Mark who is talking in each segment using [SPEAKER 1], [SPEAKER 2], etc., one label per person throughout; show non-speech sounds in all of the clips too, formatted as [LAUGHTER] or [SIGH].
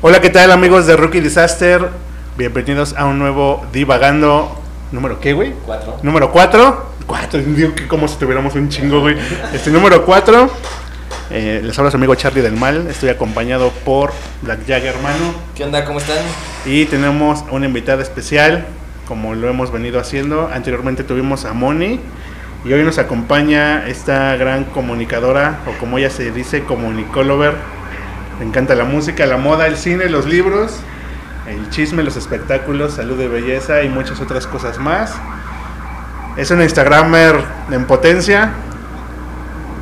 [SPEAKER 1] Hola, ¿qué tal amigos de Rookie Disaster? Bienvenidos a un nuevo Divagando número qué, güey?
[SPEAKER 2] Cuatro.
[SPEAKER 1] Número 4. 4, [LAUGHS] digo que como si tuviéramos un chingo, güey. Este número 4. les habla su amigo Charlie del Mal. Estoy acompañado por Black Jagger, hermano.
[SPEAKER 2] ¿Qué onda? ¿Cómo están?
[SPEAKER 1] Y tenemos una invitada especial, como lo hemos venido haciendo. Anteriormente tuvimos a Moni. Y hoy nos acompaña esta gran comunicadora, o como ella se dice, comunicóloga. Le encanta la música, la moda, el cine, los libros, el chisme, los espectáculos, salud y belleza y muchas otras cosas más. Es una Instagramer en potencia.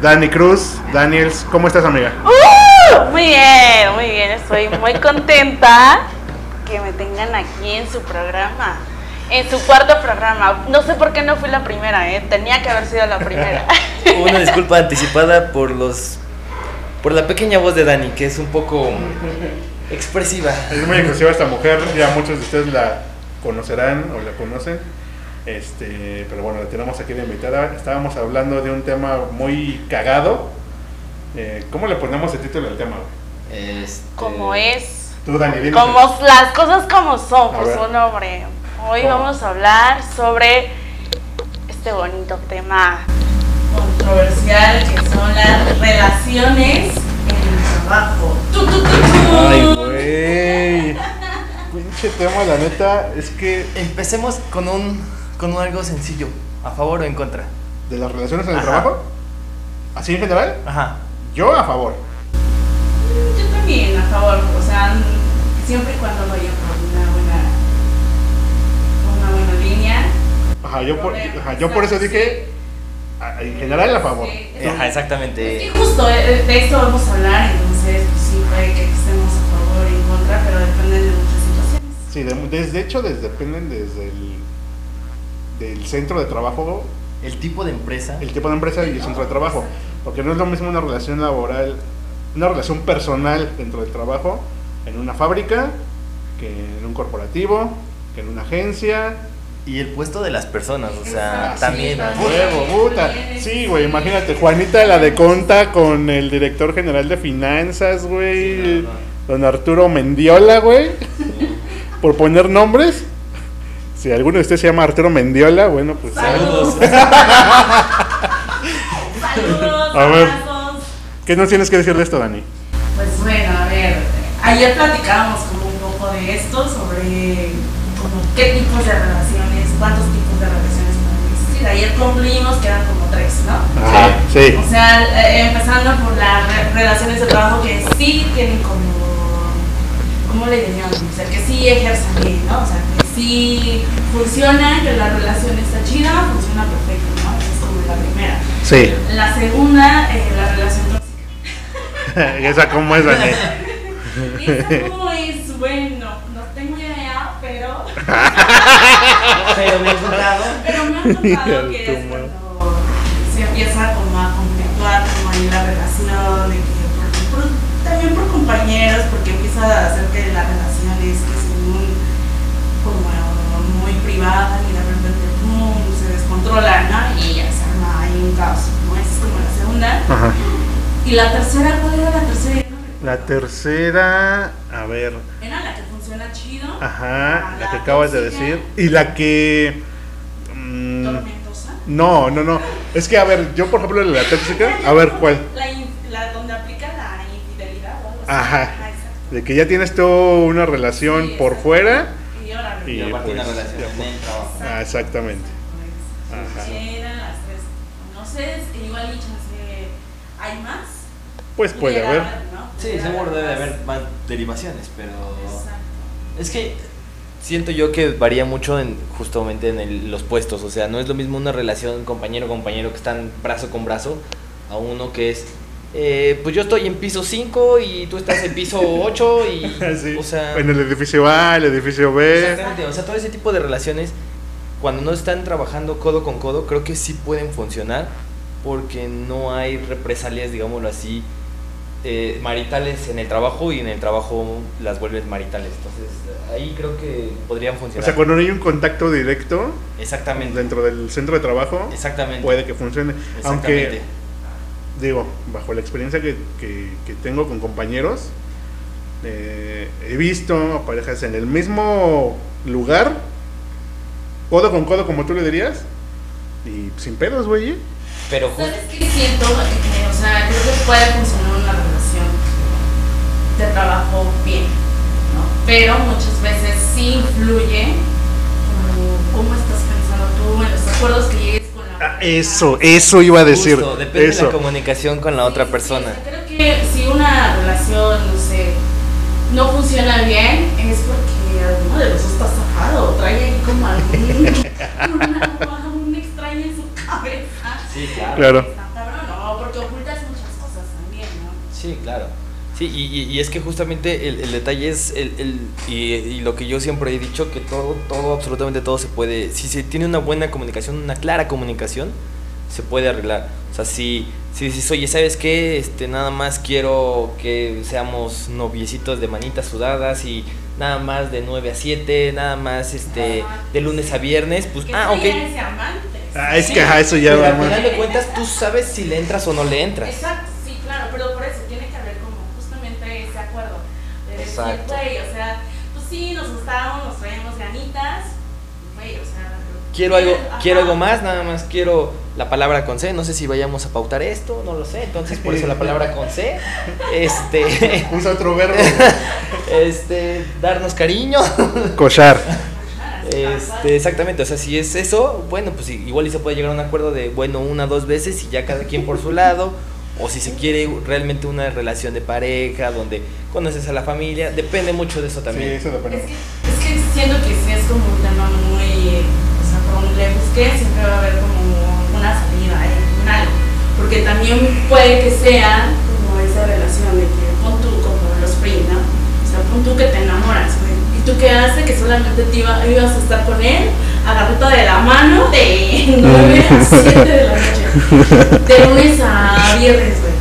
[SPEAKER 1] Dani Cruz, Daniels, ¿cómo estás amiga?
[SPEAKER 3] ¡Uh! Muy bien, muy bien. Estoy muy contenta que me tengan aquí en su programa. En su cuarto programa. No sé por qué no fui la primera, ¿eh? Tenía que haber sido la primera.
[SPEAKER 1] [LAUGHS]
[SPEAKER 2] Una disculpa anticipada por los. por la pequeña voz de Dani, que es un poco. expresiva.
[SPEAKER 1] Es muy inclusiva esta mujer, ya muchos de ustedes la conocerán o la conocen. Este, pero bueno, la tenemos aquí de invitada. Estábamos hablando de un tema muy cagado. Eh, ¿Cómo le ponemos el título al tema? güey?
[SPEAKER 2] Este,
[SPEAKER 3] Como es.
[SPEAKER 1] Tú, Dani, dinos.
[SPEAKER 3] Como las cosas como son,
[SPEAKER 1] A
[SPEAKER 3] por
[SPEAKER 1] ver.
[SPEAKER 3] su nombre. Hoy
[SPEAKER 1] ¿Cómo?
[SPEAKER 3] vamos a hablar sobre este bonito tema controversial que son las relaciones en el trabajo. ¡Tu, tu, tu, tu!
[SPEAKER 2] Ay,
[SPEAKER 1] Güey. Pinche tema, la neta, es que
[SPEAKER 2] Empecemos con un. con un algo sencillo. ¿A favor o en contra?
[SPEAKER 1] de las relaciones en el
[SPEAKER 2] Ajá.
[SPEAKER 1] trabajo, así en general,
[SPEAKER 2] Ajá.
[SPEAKER 1] yo a favor.
[SPEAKER 3] Yo también, a favor, o sea, mm, siempre y cuando vaya por una buena, una buena línea.
[SPEAKER 1] Ajá, yo por, ajá, yo por eso dije, a- en general a favor.
[SPEAKER 3] Sí, es-
[SPEAKER 2] Eh, Ajá,
[SPEAKER 3] es que
[SPEAKER 2] exactamente.
[SPEAKER 3] justo eh, de esto vamos a hablar, entonces pues, sí puede que estemos a favor y en contra, pero depende de muchas situaciones.
[SPEAKER 1] Sí, de, desde hecho, des- dependen desde el del centro de trabajo,
[SPEAKER 2] El tipo de empresa.
[SPEAKER 1] el tipo de empresa y el centro de trabajo. Porque no es lo mismo una relación laboral, una relación personal dentro del trabajo, en una fábrica, que en un corporativo, que en una agencia,
[SPEAKER 2] Y el puesto de las personas, o sea,
[SPEAKER 3] Exacto.
[SPEAKER 2] también.
[SPEAKER 3] Sí,
[SPEAKER 1] Huevo, puta. Sí, güey, imagínate, Juanita la de conta con el director general de finanzas, güey. Don Arturo Mendiola, güey. Por poner nombres. Si alguno de ustedes se llama Arturo Mendiola, bueno, pues.
[SPEAKER 2] Saludos.
[SPEAKER 3] [LAUGHS] Saludos,
[SPEAKER 1] A ver.
[SPEAKER 3] abrazos.
[SPEAKER 1] ¿Qué nos tienes que decir de esto, Dani?
[SPEAKER 4] Pues bueno, a ver, ayer platicábamos como un poco de esto, sobre como qué tipos de relaciones, cuántos tipos de relaciones pueden existir. Ayer concluimos que eran como tres, ¿no?
[SPEAKER 1] Ajá, sí.
[SPEAKER 4] O sea, eh, empezando por las re- relaciones de trabajo que sí tienen como, ¿cómo le diríamos? O sea, que sí ejercen bien, ¿no? O sea, que sí funciona, que la relación está chida, funciona perfecto, ¿no? Esa es como la primera.
[SPEAKER 1] Sí.
[SPEAKER 4] La segunda, eh, la relación tóxica.
[SPEAKER 1] [LAUGHS] ¿Esa cómo es, Dani?
[SPEAKER 4] Eso no es bueno, no tengo idea, pero,
[SPEAKER 2] Pero me he encontrado.
[SPEAKER 4] pero
[SPEAKER 1] [LAUGHS]
[SPEAKER 4] me han contado que es cuando se empieza como a conflictuar como ahí la relación, de que por- por- también por compañeros, porque empieza a hacer que la relación es que según como muy privada y de repente pum, se descontrola, ¿no? Y ya se arma ahí un caos, ¿no? Esa es como la segunda.
[SPEAKER 1] Ajá.
[SPEAKER 4] Y la tercera, ¿cuál era la tercera? Ya no
[SPEAKER 1] La
[SPEAKER 4] recuerdo.
[SPEAKER 1] tercera. A ver.
[SPEAKER 4] Era la que funciona chido,
[SPEAKER 1] Ajá, la que acabas de decir. Y la que. mm,
[SPEAKER 4] tormentosa.
[SPEAKER 1] No, no, no. Es que, a ver, yo por ejemplo, la tóxica, a ver cuál.
[SPEAKER 4] La, in- la donde aplica la infidelidad o algo así.
[SPEAKER 1] Ajá.
[SPEAKER 4] exacto.
[SPEAKER 1] De que ya tienes tú una relación
[SPEAKER 4] Sí,
[SPEAKER 1] por
[SPEAKER 4] exacto.
[SPEAKER 1] fuera.
[SPEAKER 4] Y ahora
[SPEAKER 1] Y
[SPEAKER 2] Y
[SPEAKER 4] resulta
[SPEAKER 2] aparte una
[SPEAKER 1] pues,
[SPEAKER 2] relación
[SPEAKER 1] ya
[SPEAKER 2] en
[SPEAKER 1] fue.
[SPEAKER 2] el trabajo.
[SPEAKER 1] Ah, exactamente.
[SPEAKER 4] que
[SPEAKER 1] Ajá.
[SPEAKER 4] sí eran las tres. No sé, es que igual y chance hay más.
[SPEAKER 1] Pues puede
[SPEAKER 4] Pudiera
[SPEAKER 1] haber.
[SPEAKER 4] ¿no?
[SPEAKER 2] Sí,
[SPEAKER 4] Pudiera
[SPEAKER 2] seguro debe de
[SPEAKER 4] más.
[SPEAKER 2] haber más derivaciones, pero.
[SPEAKER 4] Exacto.
[SPEAKER 2] Es que siento yo que varía mucho en, justamente en el- los puestos. O sea, no es lo mismo una relación compañero-compañero que están brazo con brazo a uno que es. eh, pues yo estoy en piso 5 y tú estás en piso 8 y.
[SPEAKER 1] Sí.
[SPEAKER 2] O sea.
[SPEAKER 1] en el edificio A, el edificio B.
[SPEAKER 2] Exactamente, o sea, todo ese tipo de relaciones, cuando no están trabajando codo con codo, creo que sí pueden funcionar porque no hay represalias, digámoslo así, eh, maritales en el trabajo y en el trabajo las vuelves maritales. Entonces, ahí creo que podrían
[SPEAKER 1] O
[SPEAKER 2] funcionar.
[SPEAKER 1] sea, cuando no hay un contacto directo
[SPEAKER 2] Exactamente.
[SPEAKER 1] dentro del centro de trabajo,
[SPEAKER 2] Exactamente.
[SPEAKER 1] puede que funcione. Aunque,
[SPEAKER 2] Exactamente.
[SPEAKER 1] digo, bajo la experiencia que, que- que tengo con compañeros, eh, he visto parejas en el mismo lugar, codo con codo, como tú le dirías, y sin pedos, güey. ¿eh?
[SPEAKER 2] Pero ju-
[SPEAKER 3] ¿Sabes qué siento? Eh, o sea, creo que puede funcionar una relación de trabajo bien, ¿no? Pero muchas veces sí influye como cómo estás pensando tú, en los acuerdos que llegues con la
[SPEAKER 1] Ah,
[SPEAKER 3] pareja.
[SPEAKER 1] Eso, eso iba a decir.
[SPEAKER 2] justo, depende de la
[SPEAKER 1] Eso.
[SPEAKER 2] comunicación con la otra
[SPEAKER 3] Sí,
[SPEAKER 2] persona.
[SPEAKER 3] sí, creo que si una relación, no sé, no funciona bien, es porque alguno de los dos está zafado, trae ahí como algún [LAUGHS] una- un extraño en su cabeza.
[SPEAKER 2] Sí, claro.
[SPEAKER 1] Claro.
[SPEAKER 3] Está cabrón, no, porque ocultas muchas cosas también, ¿no?
[SPEAKER 2] Sí, claro. Sí, y, y- y es que justamente el, el detalle es el, el- y, y lo que yo siempre he dicho, que todo, todo, absolutamente todo se puede, si se tiene una buena comunicación, una clara comunicación, se puede arreglar. O sea, si, si dices, oye, ¿sabes qué? Este, nada más quiero que seamos noviecitos de manitas sudadas y nada más de 9 a 7, nada más este,
[SPEAKER 3] Ajá.
[SPEAKER 2] de lunes a viernes, pues,
[SPEAKER 3] Que
[SPEAKER 2] ah,
[SPEAKER 3] tú ya
[SPEAKER 2] ok.
[SPEAKER 3] eres amante.
[SPEAKER 1] Ah, es que ajá, eso ya
[SPEAKER 2] Pero
[SPEAKER 1] va
[SPEAKER 2] al
[SPEAKER 1] más.
[SPEAKER 2] final de cuentas tú sabes si le entras o no le entras.
[SPEAKER 3] Exacto, sí, claro, pero por eso tiene que haber como justamente ese acuerdo. De decir,
[SPEAKER 2] Exacto.
[SPEAKER 3] güey, o sea, pues sí, nos gustamos, nos traíamos ganitas, güey, o sea.
[SPEAKER 2] Quiero algo,
[SPEAKER 3] ajá.
[SPEAKER 2] quiero algo más, nada más quiero la palabra con C, no sé si vayamos a pautar esto, no lo sé, entonces por eso la palabra con C, este, [LAUGHS]
[SPEAKER 1] Usa otro verbo.
[SPEAKER 2] este, darnos cariño,
[SPEAKER 1] [LAUGHS] Cochar.
[SPEAKER 3] Ajá, así, tal cual.
[SPEAKER 2] este, exactamente, o sea, si es eso, bueno, pues i- igual y se puede llegar a un acuerdo de, bueno, una, dos veces y ya cada quien por su lado, o si se quiere realmente una relación de pareja, donde conoces a la familia, depende mucho de eso
[SPEAKER 1] Sí,
[SPEAKER 2] también.
[SPEAKER 1] eso depende.
[SPEAKER 3] Es que, es que siento que sí es como un tema muy, eh, o sea, por donde le busque siempre va a haber como una salida, eh, un algo. Porque también puede que sea como esa relación de que pon tú como los PRI, ¿no? O sea, pon tú que te enamoras, güey. ¿Y tú qué haces? Que solamente te iba- ibas a estar con él agarrita de la mano de [LAUGHS] 9 a 7 de la noche. De lunes a viernes, güey.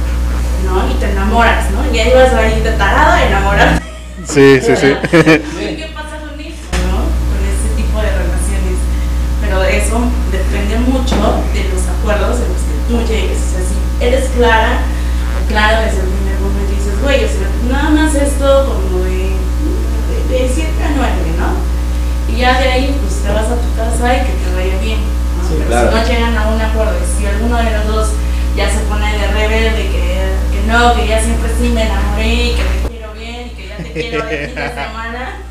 [SPEAKER 3] ¿No? Y te enamoras, ¿no? Y ahí vas a ir de tarada a enamorarte.
[SPEAKER 1] Sí, sí, sí. [LAUGHS]
[SPEAKER 3] ¿Qué pasa con eso, no? Con ese tipo de relaciones. Pero eso depende mucho de los acuerdos en los que tú llegues. O sea, si eres clara, o claro desde el primer momento y dices, güey, o sea, nada más esto como de, de, de 7 a 9, ¿no? Y ya de ahí, pues te vas a tu casa y que te vaya bien. ¿no?
[SPEAKER 2] Sí,
[SPEAKER 3] Pero
[SPEAKER 2] claro.
[SPEAKER 3] si no llegan a un acuerdo, y si alguno de los dos ya se pone de rebelde, que, que no, que ya siempre sí me enamoré, y que te quiero bien, y que ya te quiero de
[SPEAKER 2] [LAUGHS]
[SPEAKER 3] fin de semana.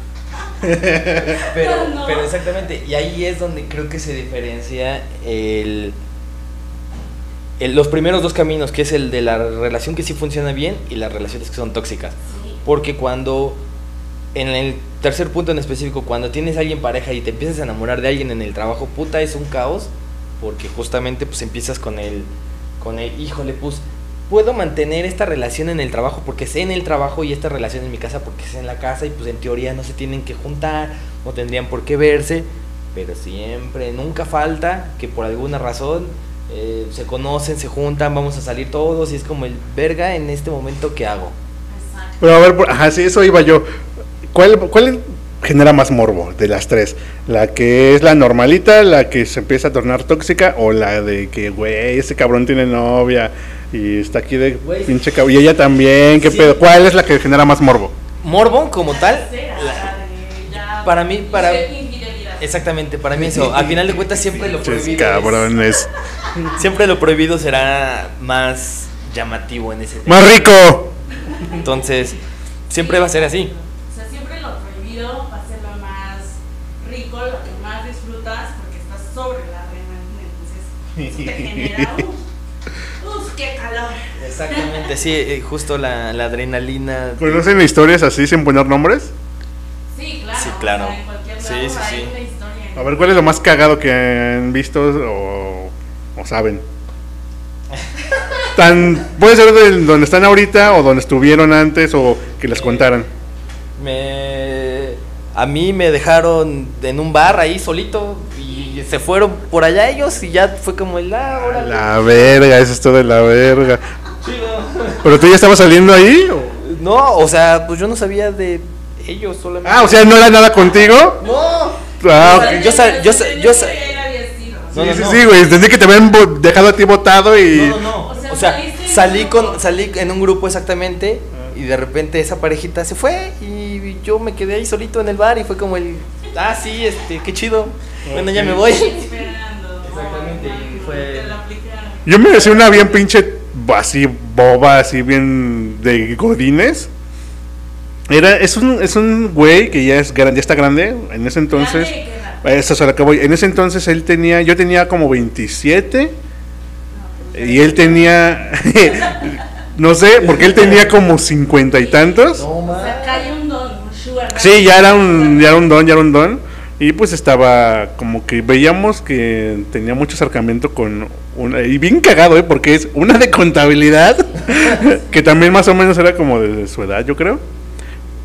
[SPEAKER 2] pero,
[SPEAKER 3] No.
[SPEAKER 2] pero exactamente, y ahí es donde creo que se diferencia el, el- los primeros dos caminos, que es el de la relación que sí funciona bien y las relaciones que son tóxicas.
[SPEAKER 3] Sí.
[SPEAKER 2] Porque cuando, en el tercer punto en específico, cuando tienes a alguien pareja y te empiezas a enamorar de alguien en el trabajo, puta, es un caos, porque justamente pues empiezas con el, con el, híjole, pues, puedo mantener esta relación en el trabajo porque es en el trabajo y esta relación en mi casa porque es en la casa y pues en teoría no se tienen que juntar, no tendrían por qué verse, pero siempre, nunca falta que por alguna razón eh, se conocen, se juntan, vamos a salir todos y es como el verga en este momento que hago.
[SPEAKER 3] Exacto.
[SPEAKER 1] Pero a ver, por- ajá, sí, eso iba yo. ¿Cuál, ¿Cuál genera más morbo de las tres? ¿La que es la normalita, la que se empieza a tornar tóxica o la de que, güey, ese cabrón tiene novia y está aquí de
[SPEAKER 2] Güey.
[SPEAKER 1] pinche cabrón? Y ella también, ¿qué
[SPEAKER 2] Sí.
[SPEAKER 1] pedo? ¿Cuál es la que genera más morbo?
[SPEAKER 2] Morbo como tal,
[SPEAKER 3] Sí,
[SPEAKER 2] la-
[SPEAKER 3] la de ya-
[SPEAKER 2] para mí- para-
[SPEAKER 3] Infidelidad.
[SPEAKER 2] exactamente, para mí eso, al final de cuentas siempre lo
[SPEAKER 1] Pinches
[SPEAKER 2] prohibido, es-
[SPEAKER 1] cabrones.
[SPEAKER 2] siempre lo prohibido será más llamativo en ese tema.
[SPEAKER 1] ¡Más rico!
[SPEAKER 2] Entonces, siempre va a ser así.
[SPEAKER 3] O sea, siempre lo prohibido va a ser lo más rico, lo que más disfrutas, porque estás sobre la adrenalina. Entonces, eso
[SPEAKER 2] [LAUGHS]
[SPEAKER 3] te genera, uff, uff, qué calor.
[SPEAKER 2] Exactamente, sí, eh, justo la, la adrenalina.
[SPEAKER 1] ¿Conocen historias así sin poner nombres?
[SPEAKER 3] Sí, claro.
[SPEAKER 2] Sí, claro.
[SPEAKER 3] o sea, en cualquier
[SPEAKER 2] Sí,
[SPEAKER 3] lado
[SPEAKER 2] sí,
[SPEAKER 3] hay
[SPEAKER 2] sí.
[SPEAKER 3] una historia.
[SPEAKER 1] A ver, ¿cuál es lo más cagado que han visto o, o saben? Tan, puede ser de donde están ahorita o donde estuvieron antes o que les contaran.
[SPEAKER 2] Me, a mí me dejaron en un bar ahí solito y se fueron por allá ellos y ya fue como el ah,
[SPEAKER 1] A
[SPEAKER 2] órale,
[SPEAKER 1] La verga, eso es todo de la verga.
[SPEAKER 2] chido".
[SPEAKER 1] ¿Pero tú ya estabas saliendo ahí? o-
[SPEAKER 2] No, o sea, pues yo no sabía de ellos solamente.
[SPEAKER 1] Ah, o sea, no era nada contigo.
[SPEAKER 2] no.
[SPEAKER 1] Ah, ok.
[SPEAKER 2] Yo sab- yo sab- yo sab-
[SPEAKER 3] ya había sido.
[SPEAKER 2] No,
[SPEAKER 1] Sí,
[SPEAKER 2] no,
[SPEAKER 1] sí,
[SPEAKER 2] no.
[SPEAKER 1] sí, güey. Entendí que te habían bo- dejado a ti botado y.
[SPEAKER 2] No, no, no.
[SPEAKER 3] O sea,
[SPEAKER 2] O sea,
[SPEAKER 3] saliste en
[SPEAKER 2] salí
[SPEAKER 3] un grupo.
[SPEAKER 2] con salí en un grupo exactamente y de repente esa parejita se fue y yo me quedé ahí solito en el bar y fue como el, ah, sí, este, qué chido, bueno, ya me voy.
[SPEAKER 3] Esperando.
[SPEAKER 2] Exactamente, y fue- [LAUGHS]
[SPEAKER 3] Te lo aplicaron.
[SPEAKER 1] Yo me decía una bien pinche, así boba, así bien de godines. Era, es un, es un güey que ya es gran- ya está grande, en ese entonces.
[SPEAKER 3] Grande y que
[SPEAKER 1] Eso es a lo que voy. En ese entonces él tenía, yo tenía como 27 y él tenía, [LAUGHS] no sé, porque él tenía como 50 y tantos.
[SPEAKER 2] No,
[SPEAKER 3] O sea,
[SPEAKER 2] ma.
[SPEAKER 3] cae un don, un sugar.
[SPEAKER 1] Sí, ya era un, ya era un don, ya era un don. Y pues estaba como que veíamos que tenía mucho acercamiento con una. Y bien cagado, ¿eh? Porque es una de contabilidad, [LAUGHS] que también más o menos era como de su edad, yo creo.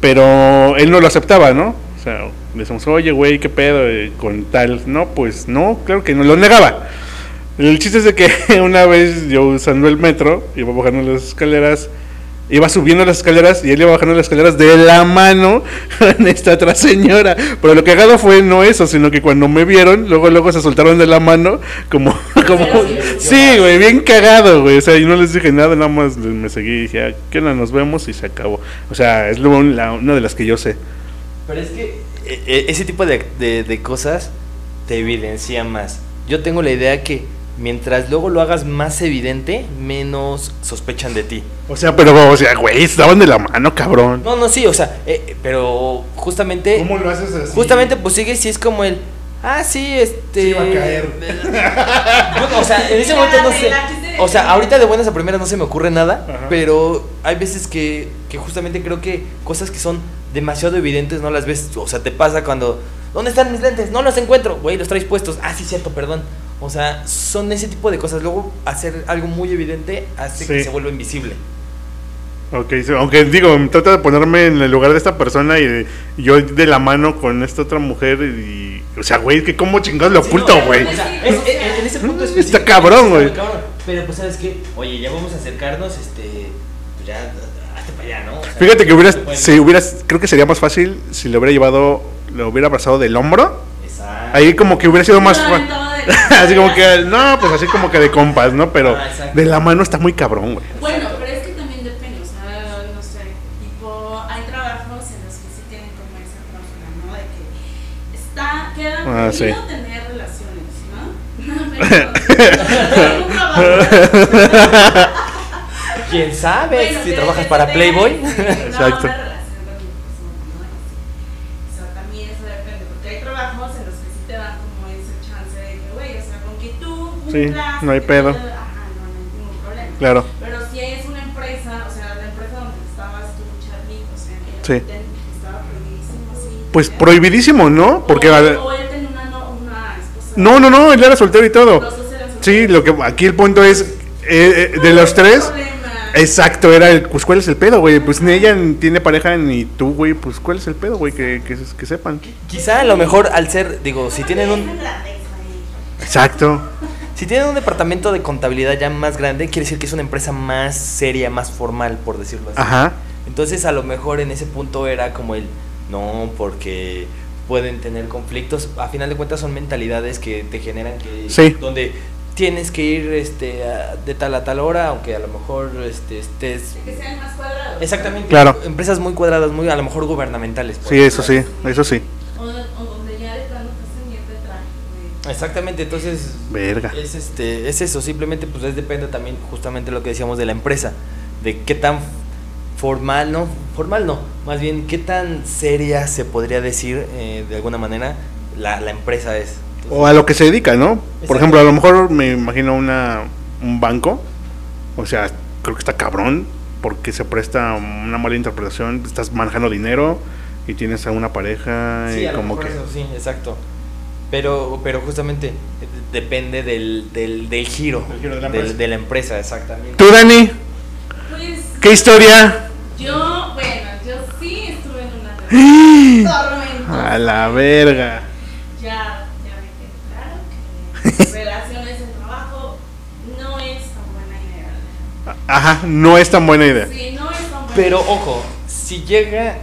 [SPEAKER 1] Pero él no lo aceptaba, ¿no? O sea, le decimos, oye, güey, ¿qué pedo? eh, Con tal. No, pues no, claro que no, lo negaba. El chiste es de que [LAUGHS] una vez yo usando el metro, iba bajando las escaleras, iba subiendo las escaleras y él iba bajando las escaleras de la mano [LAUGHS] en esta otra señora. Pero lo que cagado fue no eso, sino que cuando me vieron, luego luego se soltaron de la mano, como, [LAUGHS] como sí, güey, bien cagado, güey. O sea, y no les dije nada, nada más les- me seguí y dije, "Ah, ¿qué onda? Nos vemos y se acabó. O sea, es lo- la- una de las que yo sé.
[SPEAKER 2] Pero es que eh, eh, ese tipo de, de- de cosas te evidencia más. Yo tengo la idea que mientras luego lo hagas más evidente, menos sospechan de ti.
[SPEAKER 1] O sea, pero, o sea, güey, estaban de la mano, cabrón.
[SPEAKER 2] No, no, sí, o sea, eh, eh, pero justamente...
[SPEAKER 1] lo haces así?
[SPEAKER 2] Justamente, pues sigue si es como el. Ah, sí, este.
[SPEAKER 1] Sí, va a caer.
[SPEAKER 2] [LAUGHS] Bueno, o sea, en ese momento no sé. O sea, ahorita de buenas a primeras no se me ocurre nada,
[SPEAKER 1] Ajá.
[SPEAKER 2] pero hay veces que, que justamente creo que cosas que son demasiado evidentes no las ves. O sea, te pasa cuando. ¿Dónde están mis lentes? No los encuentro. Güey, los traes puestos. Ah, sí, cierto, perdón. O sea, son ese tipo de cosas. Luego, hacer algo muy evidente hace que
[SPEAKER 1] Sí.
[SPEAKER 2] se vuelva invisible.
[SPEAKER 1] Ok, sí, aunque digo, trato de ponerme en el lugar de esta persona y de- yo de la mano con esta otra mujer y... O sea, güey, que cómo chingados lo
[SPEAKER 2] Sí,
[SPEAKER 1] oculto,
[SPEAKER 2] no,
[SPEAKER 1] güey.
[SPEAKER 2] pues,
[SPEAKER 1] Mm,
[SPEAKER 2] o sea, es- es- en ese punto
[SPEAKER 1] Está
[SPEAKER 2] específico,
[SPEAKER 1] cabrón,
[SPEAKER 2] está muy
[SPEAKER 1] güey.
[SPEAKER 2] cabrón. Pero pues sabes qué, oye, ya vamos a acercarnos, este, pues ya, hazte para allá, ¿no? O sea, pues,
[SPEAKER 1] Fíjate que hubieras,
[SPEAKER 2] bueno,
[SPEAKER 1] si hubieras, creo que sería más fácil si lo hubiera llevado, lo hubiera abrazado del hombro.
[SPEAKER 2] Exacto.
[SPEAKER 1] Ahí como que hubiera sido más...
[SPEAKER 3] Lo
[SPEAKER 1] fa-
[SPEAKER 3] aventaba de
[SPEAKER 1] [LAUGHS]
[SPEAKER 3] la
[SPEAKER 1] así como que, no, pues así como que de compas, ¿no? Pero
[SPEAKER 2] Ah, exacto.
[SPEAKER 1] de la mano está muy cabrón, güey.
[SPEAKER 3] Bueno, pero es que también depende, o sea, no sé, tipo, hay trabajos en los que sí tienen como esa cláusula, ¿no? De que está, queda
[SPEAKER 1] Ah, sí.
[SPEAKER 3] prohibido tener relaciones, ¿no? [LAUGHS]
[SPEAKER 2] [LAUGHS]
[SPEAKER 3] Pero, hay un trabajo-
[SPEAKER 2] ¿Quién sabe
[SPEAKER 3] Bueno,
[SPEAKER 2] si
[SPEAKER 3] que-
[SPEAKER 2] trabajas
[SPEAKER 3] que
[SPEAKER 2] para
[SPEAKER 3] tengas,
[SPEAKER 2] Playboy?
[SPEAKER 3] sí, no,
[SPEAKER 1] Exacto.
[SPEAKER 3] una relación con tu persona, ¿no? O sea, también eso depende, porque hay trabajos en los que sí te dan como esa chance de que, güey, o sea, con que tú
[SPEAKER 1] Sí,
[SPEAKER 3] cumplas,
[SPEAKER 1] no hay
[SPEAKER 3] que
[SPEAKER 1] pedo.
[SPEAKER 3] tú- Ajá, no, no hay ningún problema.
[SPEAKER 1] Claro.
[SPEAKER 3] Pero si es una empresa, o sea, la empresa donde estabas tú, Charlie, o sea, que
[SPEAKER 1] Sí.
[SPEAKER 3] ten- que estaba prohibidísimo así.
[SPEAKER 1] Pues
[SPEAKER 3] ¿eh?
[SPEAKER 1] prohibidísimo, ¿no? Porque...
[SPEAKER 3] o,
[SPEAKER 1] al-
[SPEAKER 3] o él tenía una, no- una esposa.
[SPEAKER 1] No, no, no, él era soltero y todo.
[SPEAKER 3] Los dos eran
[SPEAKER 1] Sí, lo que aquí el punto es eh, eh, de
[SPEAKER 3] No,
[SPEAKER 1] los
[SPEAKER 3] no hay
[SPEAKER 1] tres.
[SPEAKER 3] problema.
[SPEAKER 1] Exacto, era el, pues cuál es el pedo, güey. Pues ni ella ni tiene pareja ni tú, güey. Pues cuál es el pedo, güey, que, que, que sepan.
[SPEAKER 2] [LAUGHS] Quizá a lo mejor al ser, digo, si
[SPEAKER 3] No
[SPEAKER 2] tienen
[SPEAKER 3] me
[SPEAKER 2] un,
[SPEAKER 3] dejan la deja ahí.
[SPEAKER 1] Exacto.
[SPEAKER 2] si tienen un departamento de contabilidad ya más grande, quiere decir que es una empresa más seria, más formal, por decirlo así.
[SPEAKER 1] Ajá.
[SPEAKER 2] Entonces a lo mejor en ese punto era como el no, porque pueden tener conflictos. A final de cuentas son mentalidades que te generan que
[SPEAKER 1] Sí.
[SPEAKER 2] donde tienes que ir este a- de tal a tal hora, aunque a lo mejor este estés
[SPEAKER 3] Que sean más cuadrados.
[SPEAKER 2] exactamente
[SPEAKER 1] Claro.
[SPEAKER 2] empresas muy cuadradas, muy a lo mejor gubernamentales. por
[SPEAKER 1] Sí, eso
[SPEAKER 2] ejemplo.
[SPEAKER 1] sí, eso sí.
[SPEAKER 3] O, o donde ya de plano te hacen ir de traje, güey.
[SPEAKER 2] Exactamente, entonces
[SPEAKER 1] Verga.
[SPEAKER 2] es este es eso, simplemente pues es depende también justamente lo que decíamos de la empresa, de qué tan formal, no, formal no, más bien qué tan seria se podría decir eh, de alguna manera la, la empresa es. Entonces,
[SPEAKER 1] O a lo que se dedica, ¿no?
[SPEAKER 2] Exacto.
[SPEAKER 1] Por ejemplo, a lo mejor me imagino una un banco. O sea, creo que está cabrón porque se presta una mala interpretación. Estás manejando dinero y tienes a una pareja
[SPEAKER 2] sí,
[SPEAKER 1] y
[SPEAKER 2] a lo
[SPEAKER 1] como
[SPEAKER 2] mejor
[SPEAKER 1] que
[SPEAKER 2] eso, sí, exacto. Pero pero justamente eh, depende del, del, del giro,
[SPEAKER 1] Del giro de la
[SPEAKER 2] del-
[SPEAKER 1] empresa.
[SPEAKER 2] de la empresa, exactamente.
[SPEAKER 1] Tú, Dani,
[SPEAKER 3] Pues
[SPEAKER 1] ¿qué historia? [GASPS]
[SPEAKER 3] yo, bueno, yo sí estuve en una relación tormentosa.
[SPEAKER 1] A la verga.
[SPEAKER 3] Ya, ya me
[SPEAKER 2] [LAUGHS]
[SPEAKER 3] quedé claro que las relaciones de trabajo no es tan buena idea.
[SPEAKER 1] Ajá, no es tan buena idea.
[SPEAKER 3] Sí, no es tan buena
[SPEAKER 2] Pero
[SPEAKER 3] idea.
[SPEAKER 2] ojo, si llega,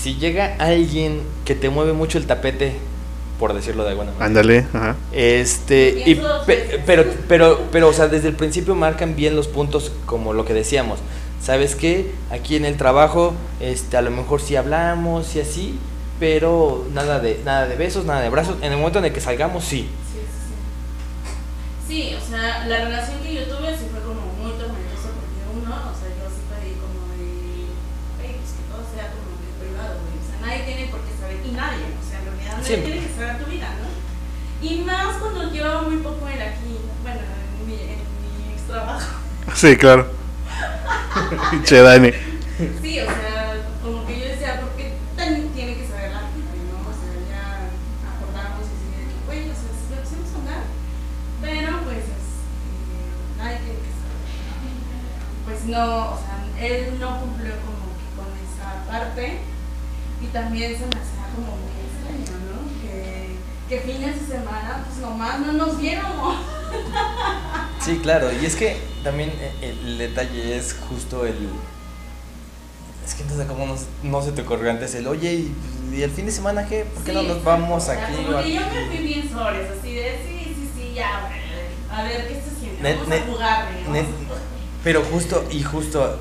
[SPEAKER 2] si llega alguien que te mueve mucho el tapete, por decirlo de alguna manera.
[SPEAKER 1] Ándale, ajá.
[SPEAKER 2] Este, y
[SPEAKER 3] Pienso dos
[SPEAKER 2] pe-
[SPEAKER 3] veces.
[SPEAKER 2] pero, pero, pero, o sea, desde el principio marcan bien los puntos, como lo que decíamos. ¿sabes qué? Aquí en el trabajo, este, a lo mejor sí hablamos y así, pero nada de, nada de besos, nada de brazos. En el momento en el que salgamos, sí.
[SPEAKER 4] Sí, sí, sí. Sí, o sea, la relación que yo tuve sí fue como muy tormentosa porque uno, o sea, yo sí pedí como de, "Ey, pues que todo sea como que privado, güey. O sea, nadie tiene por qué saber, y nadie, o sea, en realidad nadie
[SPEAKER 2] Sí.
[SPEAKER 4] tiene que saber tu vida, ¿no? Y más cuando llevaba muy poco en aquí, bueno, en mi, en mi ex trabajo.
[SPEAKER 1] Sí, claro. [LAUGHS] che, Dani.
[SPEAKER 4] Sí, o sea, como que yo decía, ¿por qué tan tiene que saber la gente, no? O sea, ya acordamos y así de que, güey, o sea, sí lo hacemos andar, pero pues, este, nadie tiene que saber. Pues no, o sea, él no cumplió como que con esa parte y también se me hacía como muy extraño, ¿no? Que, que fines de semana, pues nomás no nos viéramos.
[SPEAKER 2] Sí, claro, y es que también eh, el detalle es justo el... Es que entonces como no, se- no se te ocurrió antes el, oye, y, y el fin de semana qué? ¿Por qué no
[SPEAKER 4] Sí,
[SPEAKER 2] nos vamos
[SPEAKER 4] exacto.
[SPEAKER 2] aquí?
[SPEAKER 4] O sea,
[SPEAKER 2] o
[SPEAKER 4] Como que yo
[SPEAKER 2] aquí?
[SPEAKER 4] me fui bien sobres, así de sí, sí, sí, ya, bueno, a ver qué se siente.
[SPEAKER 2] Net-
[SPEAKER 4] Vamos
[SPEAKER 2] net-
[SPEAKER 4] a jugar, güey, vamos
[SPEAKER 2] Net- Pero justo, y justo,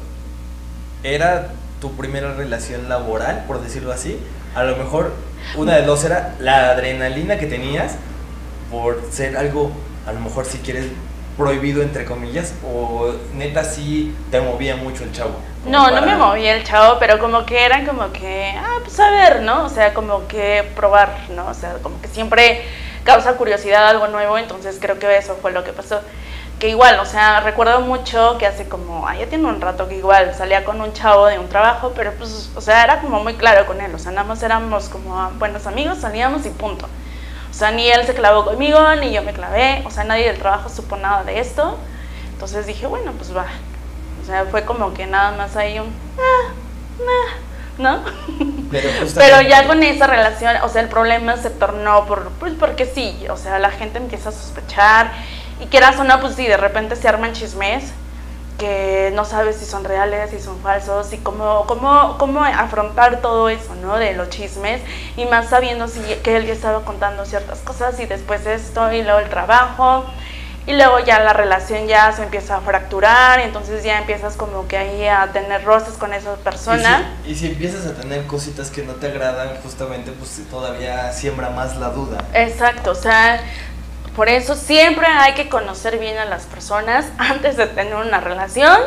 [SPEAKER 2] era tu primera relación laboral, por decirlo así. A lo mejor una de dos era la adrenalina que tenías por ser algo, a lo mejor si quieres, prohibido, entre comillas, o neta sí te movía mucho el chavo. como
[SPEAKER 3] No, no
[SPEAKER 2] para-
[SPEAKER 3] me movía el chavo, pero como que era como que, ah, pues a ver, ¿no? O sea, como que probar, ¿no? O sea, como que siempre causa curiosidad algo nuevo, entonces creo que eso fue lo que pasó. Que igual, o sea, recuerdo mucho que hace como, ah, ya tiene un rato que igual salía con un chavo de un trabajo, pero pues, o sea, era como muy claro con él, o sea, nada más éramos como ah, buenos amigos, salíamos y punto. O sea, ni él se clavó conmigo, ni yo me clavé, o sea, nadie del trabajo supo nada de esto. Entonces dije, bueno, pues va. O sea, fue como que nada más ahí un, ah, nah", ¿no?
[SPEAKER 2] Pero, [LAUGHS] justamente-
[SPEAKER 3] Pero ya con esa relación, o sea, el problema se tornó por, pues porque sí, o sea, la gente empieza a sospechar y quieras o no, pues sí, de repente se arman chismes que no sabes si son reales, si son falsos y cómo, cómo, cómo afrontar todo eso, ¿no? De los chismes y más sabiendo si, que él ya estaba contando ciertas cosas y después esto y luego el trabajo y luego ya la relación ya se empieza a fracturar, entonces ya empiezas como que ahí a tener roces con esa persona.
[SPEAKER 2] Y si, y si empiezas a tener cositas que no te agradan, justamente, pues todavía siembra más la duda.
[SPEAKER 3] Exacto, o sea, por eso siempre hay que conocer bien a las personas [LAUGHS] antes de tener una relación,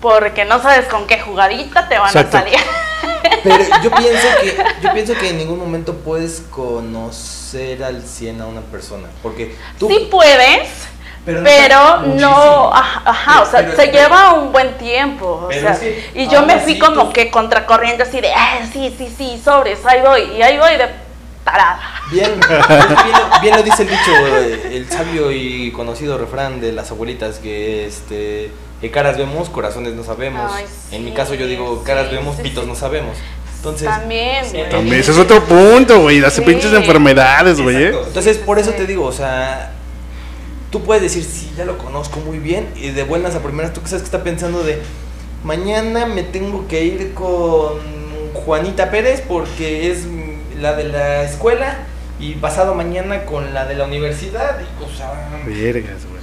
[SPEAKER 3] porque no sabes con qué jugadita te van
[SPEAKER 1] Exacto.
[SPEAKER 3] a salir.
[SPEAKER 2] Pero yo pienso que yo pienso que en ningún momento puedes conocer al 100 a una persona, porque tú
[SPEAKER 3] Sí puedes,
[SPEAKER 2] pero,
[SPEAKER 3] pero no, Ah.
[SPEAKER 2] muchísimo.
[SPEAKER 3] ajá, ajá, o sea,
[SPEAKER 2] Pero-
[SPEAKER 3] se
[SPEAKER 2] pero-
[SPEAKER 3] lleva un buen tiempo, o
[SPEAKER 2] Pero
[SPEAKER 3] sea,
[SPEAKER 2] es que
[SPEAKER 3] y yo
[SPEAKER 2] aún
[SPEAKER 3] me
[SPEAKER 2] así
[SPEAKER 3] fui como
[SPEAKER 2] tú-
[SPEAKER 3] que contracorriente así de, ah, sí, sí, sí, sobres, ahí voy, y ahí voy de tarada.
[SPEAKER 2] Bien, bien, lo- bien lo dice el dicho, eh, el sabio y conocido refrán de las abuelitas que este que caras vemos, corazones no sabemos.
[SPEAKER 3] Ay,
[SPEAKER 2] en mi
[SPEAKER 3] sí,
[SPEAKER 2] caso yo digo caras
[SPEAKER 3] sí,
[SPEAKER 2] vemos,
[SPEAKER 3] sí,
[SPEAKER 2] pitos
[SPEAKER 3] sí.
[SPEAKER 2] no sabemos. Entonces,
[SPEAKER 3] También,
[SPEAKER 2] sí,
[SPEAKER 3] güey.
[SPEAKER 1] También, ese es otro punto, güey. Las
[SPEAKER 3] Sí.
[SPEAKER 1] pinches enfermedades, güey. ¿eh?
[SPEAKER 2] Exacto. Entonces, por eso
[SPEAKER 3] Sí.
[SPEAKER 2] te digo, o sea, tú puedes decir, sí, ya lo conozco muy bien, y de buenas a primeras, tú que sabes que está pensando de, mañana me tengo que ir con Juanita Pérez porque es mm, la de la escuela, y pasado mañana con la de la universidad, y, o sea,
[SPEAKER 1] Vergas, güey.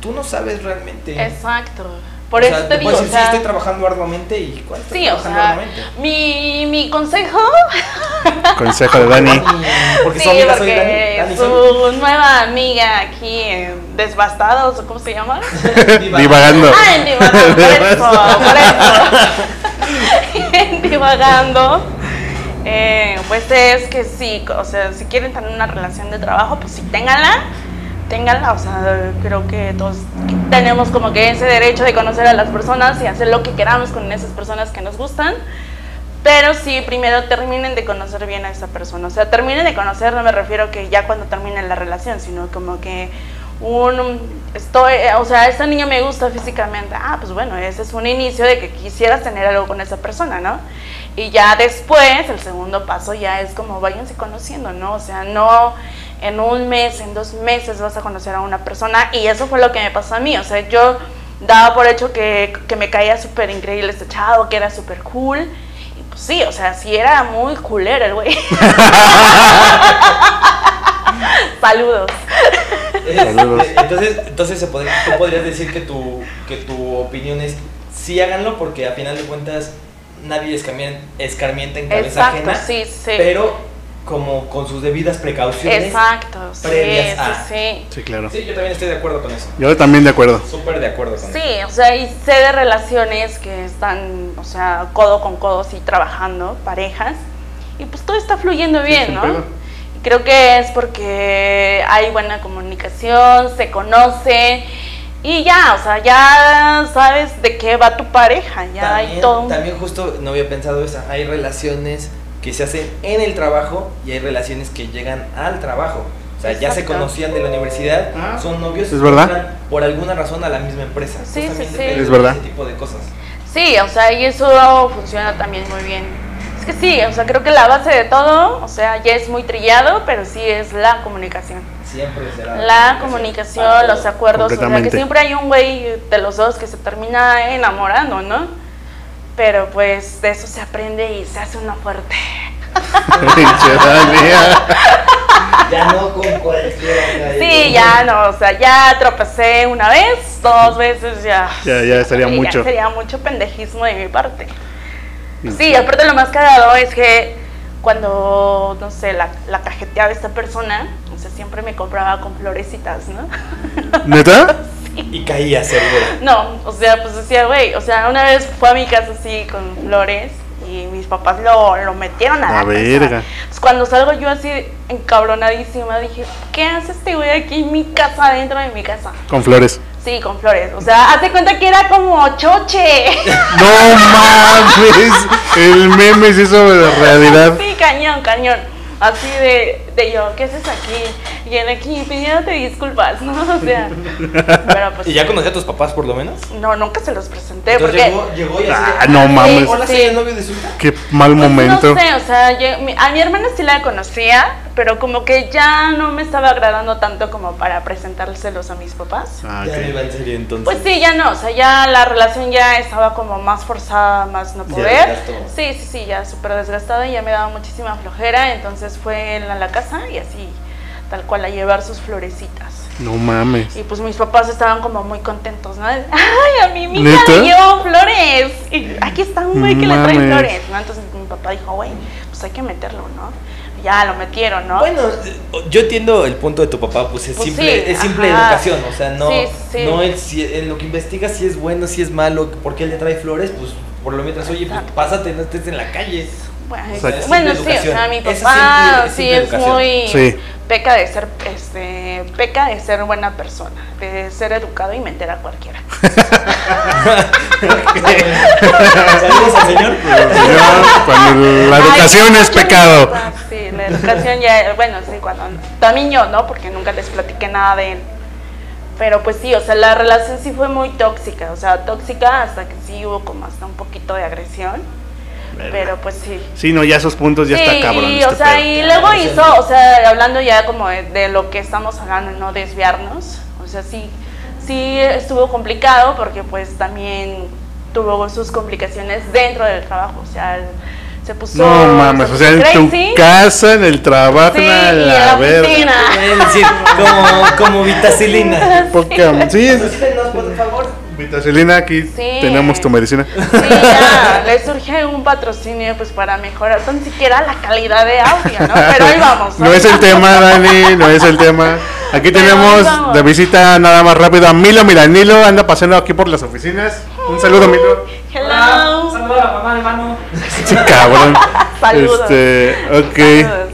[SPEAKER 2] tú no sabes realmente.
[SPEAKER 3] Exacto. Por
[SPEAKER 2] eh, O
[SPEAKER 3] eso
[SPEAKER 2] sea,
[SPEAKER 3] te digo,
[SPEAKER 2] puedes
[SPEAKER 3] o
[SPEAKER 2] decir,
[SPEAKER 3] sea,
[SPEAKER 2] sí, estoy trabajando arduamente, y ¿cuál estoy
[SPEAKER 3] Sí, o
[SPEAKER 2] trabajando
[SPEAKER 3] sea,
[SPEAKER 2] arduamente?
[SPEAKER 3] mi, mi consejo,
[SPEAKER 1] Consejo de Dani.
[SPEAKER 2] Porque
[SPEAKER 3] [LAUGHS] sí,
[SPEAKER 2] su amiga soy
[SPEAKER 3] porque
[SPEAKER 2] Dani, Dani,
[SPEAKER 3] [LAUGHS]
[SPEAKER 2] soy-
[SPEAKER 3] su nueva amiga aquí en Desbastados, o ¿cómo se llama?
[SPEAKER 1] Divagando.
[SPEAKER 3] Ah, en Divagando, por eso,
[SPEAKER 1] [LAUGHS]
[SPEAKER 3] por eso. [LAUGHS] en Divagando, eh, pues es que sí, o sea, si quieren tener una relación de trabajo, pues sí, ténganla, ténganla, o sea, creo que todos tenemos como que ese derecho de conocer a las personas y hacer lo que queramos con esas personas que nos gustan. Pero sí, primero terminen de conocer bien a esa persona. O sea, terminen de conocer, no me refiero que ya cuando termine la relación, sino como que un estoy, eh, o sea, esta niña me gusta físicamente. Ah, pues bueno, ese es un inicio de que quisieras tener algo con esa persona, ¿no? Y ya después, el segundo paso ya es como váyanse conociendo, ¿no? O sea, no en un mes, en dos meses vas a conocer a una persona y eso fue lo que me pasó a mí. O sea, yo daba por hecho que, que me caía súper increíble este chavo, que era súper cool. Y pues sí, o sea, sí era muy culero el güey. Saludos.
[SPEAKER 2] Este,
[SPEAKER 1] Saludos.
[SPEAKER 2] Eh, entonces, entonces se podría, tú podrías decir que tu, que tu opinión es sí háganlo porque a final de cuentas nadie escarmien- escarmienta en cabeza
[SPEAKER 3] Exacto,
[SPEAKER 2] ajena,
[SPEAKER 3] sí, sí.
[SPEAKER 2] pero como con sus debidas precauciones.
[SPEAKER 3] Exacto, sí,
[SPEAKER 2] previas
[SPEAKER 3] sí,
[SPEAKER 2] a-
[SPEAKER 3] sí.
[SPEAKER 1] Sí, claro.
[SPEAKER 2] Sí, yo también estoy de acuerdo con eso.
[SPEAKER 1] Yo también de acuerdo. [LAUGHS]
[SPEAKER 2] Súper de acuerdo con eso.
[SPEAKER 3] Sí, o sea, y sé de relaciones que están, o sea, codo con codo, sí, trabajando, parejas, y pues todo está fluyendo bien,
[SPEAKER 1] sin
[SPEAKER 3] ¿no?
[SPEAKER 1] pedo.
[SPEAKER 3] Y Creo que es porque hay buena comunicación, se conocen, y ya, o sea, ya sabes de qué va tu pareja, ya hay
[SPEAKER 2] También,
[SPEAKER 3] todo un
[SPEAKER 2] también justo no había pensado esa. Hay relaciones que se hacen en el trabajo y hay relaciones que llegan al trabajo. O sea, ya se
[SPEAKER 3] Exacto.
[SPEAKER 2] conocían de la universidad,
[SPEAKER 1] Ah,
[SPEAKER 2] son novios,
[SPEAKER 1] es verdad.
[SPEAKER 2] entran por alguna razón a la misma empresa.
[SPEAKER 3] Sí, sí,
[SPEAKER 2] Justamente
[SPEAKER 3] sí.
[SPEAKER 2] depende
[SPEAKER 1] Es verdad.
[SPEAKER 2] de Ese tipo de cosas.
[SPEAKER 3] Sí, o sea, y eso funciona también muy bien. Es que sí, o sea, creo que la base de todo, o sea, ya es muy trillado, pero sí es la comunicación.
[SPEAKER 2] Siempre será
[SPEAKER 3] La comunicación,
[SPEAKER 2] Para
[SPEAKER 3] los
[SPEAKER 2] todo.
[SPEAKER 3] acuerdos, o sea, que
[SPEAKER 1] Completamente.
[SPEAKER 3] siempre hay un güey de los dos que se termina enamorando, ¿no? Pero pues de eso se aprende y se hace uno fuerte.
[SPEAKER 1] Pinche Dania.
[SPEAKER 2] Ya no con cualquiera.
[SPEAKER 3] Sí, ya no, o sea, ya tropecé una vez, dos veces ya.
[SPEAKER 1] Ya, ya sería
[SPEAKER 3] Sí, ya
[SPEAKER 1] mucho.
[SPEAKER 3] sería mucho pendejismo de mi parte. Sí, aparte lo más cagado es que cuando, no sé, la, la cajeteaba esta persona, o sea, siempre me compraba con florecitas, ¿no?
[SPEAKER 1] ¿Neta?
[SPEAKER 2] Y caía seguro.
[SPEAKER 3] No, o sea, pues decía, güey, o sea, una vez fue a mi casa así con flores y mis papás lo, lo metieron a la
[SPEAKER 1] La
[SPEAKER 3] casa.
[SPEAKER 1] verga.
[SPEAKER 3] Entonces, cuando salgo yo así encabronadísima, dije, ¿qué hace este güey aquí en mi casa, dentro de mi casa?
[SPEAKER 1] Con flores.
[SPEAKER 3] Sí, con flores, o sea, hace cuenta que era como choche.
[SPEAKER 1] No mames. El meme se hizo de [LAUGHS] realidad.
[SPEAKER 3] Sí, cañón, cañón. Así de, de yo, ¿qué haces aquí? Y en aquí pidiéndote disculpas, ¿no? O
[SPEAKER 2] [LAUGHS]
[SPEAKER 3] sea, pero pues...
[SPEAKER 2] ¿Y ya conocía a tus papás por lo menos?
[SPEAKER 3] No, nunca se los presenté
[SPEAKER 2] Entonces
[SPEAKER 3] porque...
[SPEAKER 2] llegó, llegó y así. de,
[SPEAKER 1] Ah, no mames.
[SPEAKER 2] Hola, soy
[SPEAKER 3] Sí.
[SPEAKER 2] el novio de su hija.
[SPEAKER 1] Qué mal
[SPEAKER 3] pues,
[SPEAKER 1] momento.
[SPEAKER 3] No sé, o sea, yo- mi- a mi hermana sí la conocía, pero como que ya no me estaba agradando tanto como para presentárselos a mis papás.
[SPEAKER 1] Ah,
[SPEAKER 2] Ya no
[SPEAKER 1] ok.
[SPEAKER 2] iba en serio entonces.
[SPEAKER 3] Pues sí, ya no, o sea, ya la relación ya estaba como más forzada, más no
[SPEAKER 2] Ya
[SPEAKER 3] poder.
[SPEAKER 2] desgastó.
[SPEAKER 3] Sí, sí, sí, ya súper desgastada y ya me daba muchísima flojera, entonces fue él a la casa y así, tal cual, a llevar sus florecitas.
[SPEAKER 1] No mames.
[SPEAKER 3] Y pues mis papás estaban como muy contentos, ¿no? Ay, a mí mi hija
[SPEAKER 1] ¿Neta?
[SPEAKER 3] le llevo flores. Y aquí está un güey que le trae
[SPEAKER 1] Mames.
[SPEAKER 3] flores, ¿no? Entonces mi papá dijo, güey, pues hay que meterlo, ¿no? Ya lo metieron, ¿no?
[SPEAKER 2] Bueno, yo entiendo el punto de tu papá, pues es
[SPEAKER 3] Pues
[SPEAKER 2] simple,
[SPEAKER 3] sí,
[SPEAKER 2] es simple
[SPEAKER 3] ajá.
[SPEAKER 2] educación, o sea, no,
[SPEAKER 3] Sí, sí.
[SPEAKER 2] no el- si- en lo que investigas si es bueno, si es malo, por qué le trae flores, pues por lo mientras, oye, pues,
[SPEAKER 3] Exacto.
[SPEAKER 2] pásate, no estés en la
[SPEAKER 3] [LAUGHS]
[SPEAKER 2] calle.
[SPEAKER 3] Bueno,
[SPEAKER 1] O sea,
[SPEAKER 3] sí,
[SPEAKER 1] es
[SPEAKER 3] bueno, sí,
[SPEAKER 2] simple
[SPEAKER 3] o sea,
[SPEAKER 2] educación.
[SPEAKER 3] mi
[SPEAKER 2] Eso es
[SPEAKER 3] papá
[SPEAKER 2] simple- es
[SPEAKER 3] sí
[SPEAKER 2] simple
[SPEAKER 3] es
[SPEAKER 2] educación.
[SPEAKER 3] muy
[SPEAKER 1] Sí.
[SPEAKER 3] peca de ser, este, peca de ser buena persona, de ser educado y meter a cualquiera.
[SPEAKER 2] Saludos al señor.
[SPEAKER 3] [LAUGHS]
[SPEAKER 1] Ya, Cuando la educación
[SPEAKER 3] Ay,
[SPEAKER 1] es
[SPEAKER 3] yo-
[SPEAKER 1] pecado.
[SPEAKER 3] Ah, Sí, la educación ya, bueno, sí, cuando tan niño, ¿no? Porque nunca les platiqué nada de él. Pero pues sí, o sea, la relación sí fue muy tóxica, o sea, tóxica hasta que sí hubo como hasta un poquito de agresión, pero pues sí.
[SPEAKER 1] Sí, no, ya esos puntos ya
[SPEAKER 3] sí,
[SPEAKER 1] está cabrón.
[SPEAKER 3] y,
[SPEAKER 1] este
[SPEAKER 3] o sea,
[SPEAKER 1] pedo.
[SPEAKER 3] y
[SPEAKER 2] Ya,
[SPEAKER 3] luego
[SPEAKER 2] ya
[SPEAKER 3] hizo,
[SPEAKER 2] entendí.
[SPEAKER 3] o sea, hablando ya como de, de lo que estamos hablando, no desviarnos, o sea, sí, sí estuvo complicado porque pues también tuvo sus complicaciones dentro del trabajo, o sea, él se puso...
[SPEAKER 1] No mames,
[SPEAKER 3] se
[SPEAKER 1] o sea, en
[SPEAKER 3] puso
[SPEAKER 1] tu
[SPEAKER 3] crazy,
[SPEAKER 1] casa, en el trabajo,
[SPEAKER 3] sí, y
[SPEAKER 1] a
[SPEAKER 3] en
[SPEAKER 1] la
[SPEAKER 3] la
[SPEAKER 1] verga.
[SPEAKER 3] oficina.
[SPEAKER 2] [LAUGHS] Es decir, como, como vitacilina.
[SPEAKER 3] [LAUGHS]
[SPEAKER 1] Porque, sí, es-
[SPEAKER 2] Patrocínenos, por favor.
[SPEAKER 1] vitacilina, aquí
[SPEAKER 3] Sí.
[SPEAKER 1] tenemos tu medicina.
[SPEAKER 3] Sí, ya, le surge un patrocinio pues para mejorar tan siquiera la calidad de audio, ¿no? Pero ahí
[SPEAKER 1] [LAUGHS]
[SPEAKER 3] vamos.
[SPEAKER 1] No
[SPEAKER 3] ahí
[SPEAKER 1] es el
[SPEAKER 3] vamos.
[SPEAKER 1] tema, Dani, no es el tema. Aquí
[SPEAKER 3] Pero ahí
[SPEAKER 1] tenemos
[SPEAKER 3] vamos.
[SPEAKER 1] de visita nada más rápido a Milo Milanilo, anda paseando aquí por las oficinas. Un saludo, Milo.
[SPEAKER 3] Hello.
[SPEAKER 5] Saludos a la mamá de Manu.
[SPEAKER 1] Sí, cabrón.
[SPEAKER 3] [LAUGHS] Saludos.
[SPEAKER 1] Este, ok.
[SPEAKER 3] Saludos.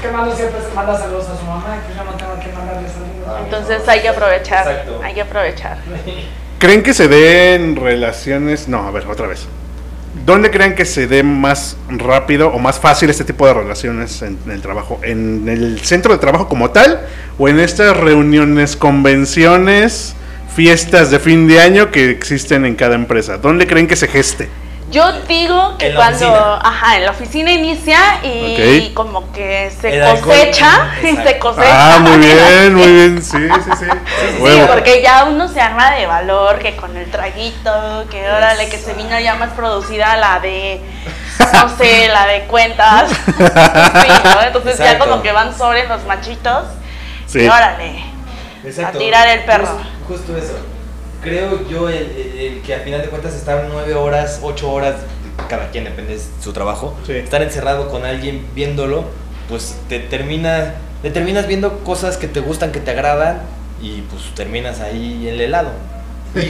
[SPEAKER 5] Que Manu siempre se manda saludos a su mamá, que yo no tengo que mandarle saludos.
[SPEAKER 3] Entonces hay que aprovechar,
[SPEAKER 2] Exacto.
[SPEAKER 3] hay que aprovechar.
[SPEAKER 1] ¿Creen que se den relaciones? No, a ver, otra vez. ¿Dónde creen que se dé más rápido o más fácil este tipo de relaciones en, en el trabajo? ¿En el centro de trabajo como tal? ¿O en estas reuniones, convenciones, fiestas de fin de año que existen en cada empresa? ¿Dónde creen que se geste?
[SPEAKER 3] Yo digo que
[SPEAKER 2] En la
[SPEAKER 3] cuando,
[SPEAKER 2] oficina.
[SPEAKER 3] ajá, en la oficina inicia y
[SPEAKER 1] Ok.
[SPEAKER 3] como que se
[SPEAKER 2] El alcohol.
[SPEAKER 3] cosecha [LAUGHS] y
[SPEAKER 2] Exacto.
[SPEAKER 3] se cosecha.
[SPEAKER 1] Ah, muy
[SPEAKER 3] [LAUGHS]
[SPEAKER 1] bien, muy bien. Sí, sí, sí.
[SPEAKER 3] Sí,
[SPEAKER 1] Huevo.
[SPEAKER 3] porque ya uno se arma de valor, que con el traguito, que órale, que se vino ya más producida la de, no sé, la de cuentas. [LAUGHS] Sí, ¿no? Entonces ya
[SPEAKER 2] Exacto.
[SPEAKER 3] como que van sobre los machitos.
[SPEAKER 1] Sí.
[SPEAKER 3] Y órale.
[SPEAKER 2] Exacto.
[SPEAKER 3] A tirar el perro.
[SPEAKER 2] Justo, justo eso. creo yo, el, el- el que al final de cuentas estar nueve horas, ocho horas, cada quien depende de su trabajo,
[SPEAKER 1] Sí.
[SPEAKER 2] estar encerrado con alguien viéndolo, pues te termina, te terminas viendo cosas que te gustan, que te agradan y pues terminas ahí en el helado.
[SPEAKER 1] [LAUGHS]
[SPEAKER 2] Y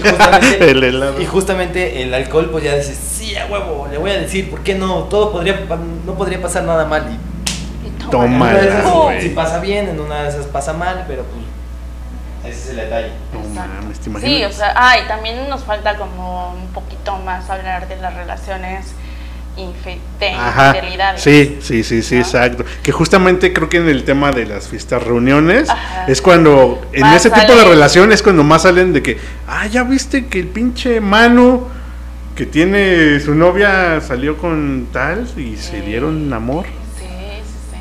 [SPEAKER 1] [LAUGHS]
[SPEAKER 2] justamente,
[SPEAKER 1] El helado.
[SPEAKER 2] y justamente el alcohol pues ya dices, sí, a huevo, le voy a decir, ¿por qué no? Todo podría, no podría pasar nada mal y en una
[SPEAKER 1] Toma.
[SPEAKER 2] de esas,
[SPEAKER 1] Mala, güey.
[SPEAKER 2] Si pasa bien, en una de esas pasa mal, pero pues ese es el detalle.
[SPEAKER 1] No mames, te imaginas.
[SPEAKER 3] Sí, o sea, ay, también nos falta como un poquito más hablar de las relaciones infi- de
[SPEAKER 1] Ajá.
[SPEAKER 3] infidelidades.
[SPEAKER 1] Sí, sí, sí, sí,
[SPEAKER 3] ¿No?
[SPEAKER 1] exacto. Que justamente creo que en el tema de las fiestas reuniones
[SPEAKER 3] Ajá.
[SPEAKER 1] es cuando en
[SPEAKER 3] Más
[SPEAKER 1] ese tipo de
[SPEAKER 3] salen.
[SPEAKER 1] relación es cuando más salen de que, ah, ya viste que el pinche Manu que tiene su novia salió con tal y se
[SPEAKER 3] Sí.
[SPEAKER 1] dieron amor.
[SPEAKER 3] Sí, sí,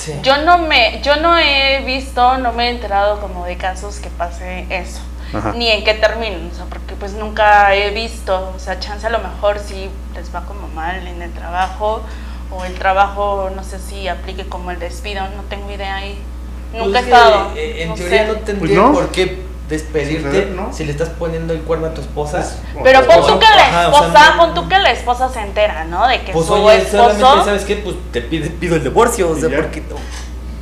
[SPEAKER 3] sí.
[SPEAKER 2] Sí.
[SPEAKER 3] Yo no me, yo no he visto, no me he enterado como de casos que pase eso.
[SPEAKER 1] Ajá.
[SPEAKER 3] Ni en qué terminan, o sea, porque pues nunca he visto, o sea, chance a lo mejor sí les va como mal en el trabajo, o el trabajo, no sé si aplique como el despido, no tengo idea ahí. Nunca
[SPEAKER 2] Pues
[SPEAKER 3] he
[SPEAKER 2] es que,
[SPEAKER 3] estado.
[SPEAKER 2] eh, En
[SPEAKER 3] no
[SPEAKER 2] teoría
[SPEAKER 3] sé.
[SPEAKER 2] no tendría
[SPEAKER 1] Pues no.
[SPEAKER 2] por qué despedirte
[SPEAKER 1] Sí, ¿no? Pues,
[SPEAKER 2] si le estás poniendo el cuerno a tu esposa.
[SPEAKER 3] Pero pon tú que la
[SPEAKER 2] Ajá, o sea,
[SPEAKER 3] esposa,
[SPEAKER 2] no-
[SPEAKER 3] pon tú que la esposa se entera, ¿no? De que
[SPEAKER 2] Pues
[SPEAKER 3] su
[SPEAKER 2] oye, solamente,
[SPEAKER 3] esposo,
[SPEAKER 2] ¿sabes qué? Pues te pide- pido el divorcio, o
[SPEAKER 1] Y
[SPEAKER 2] sea,
[SPEAKER 1] ya.
[SPEAKER 2] porque no.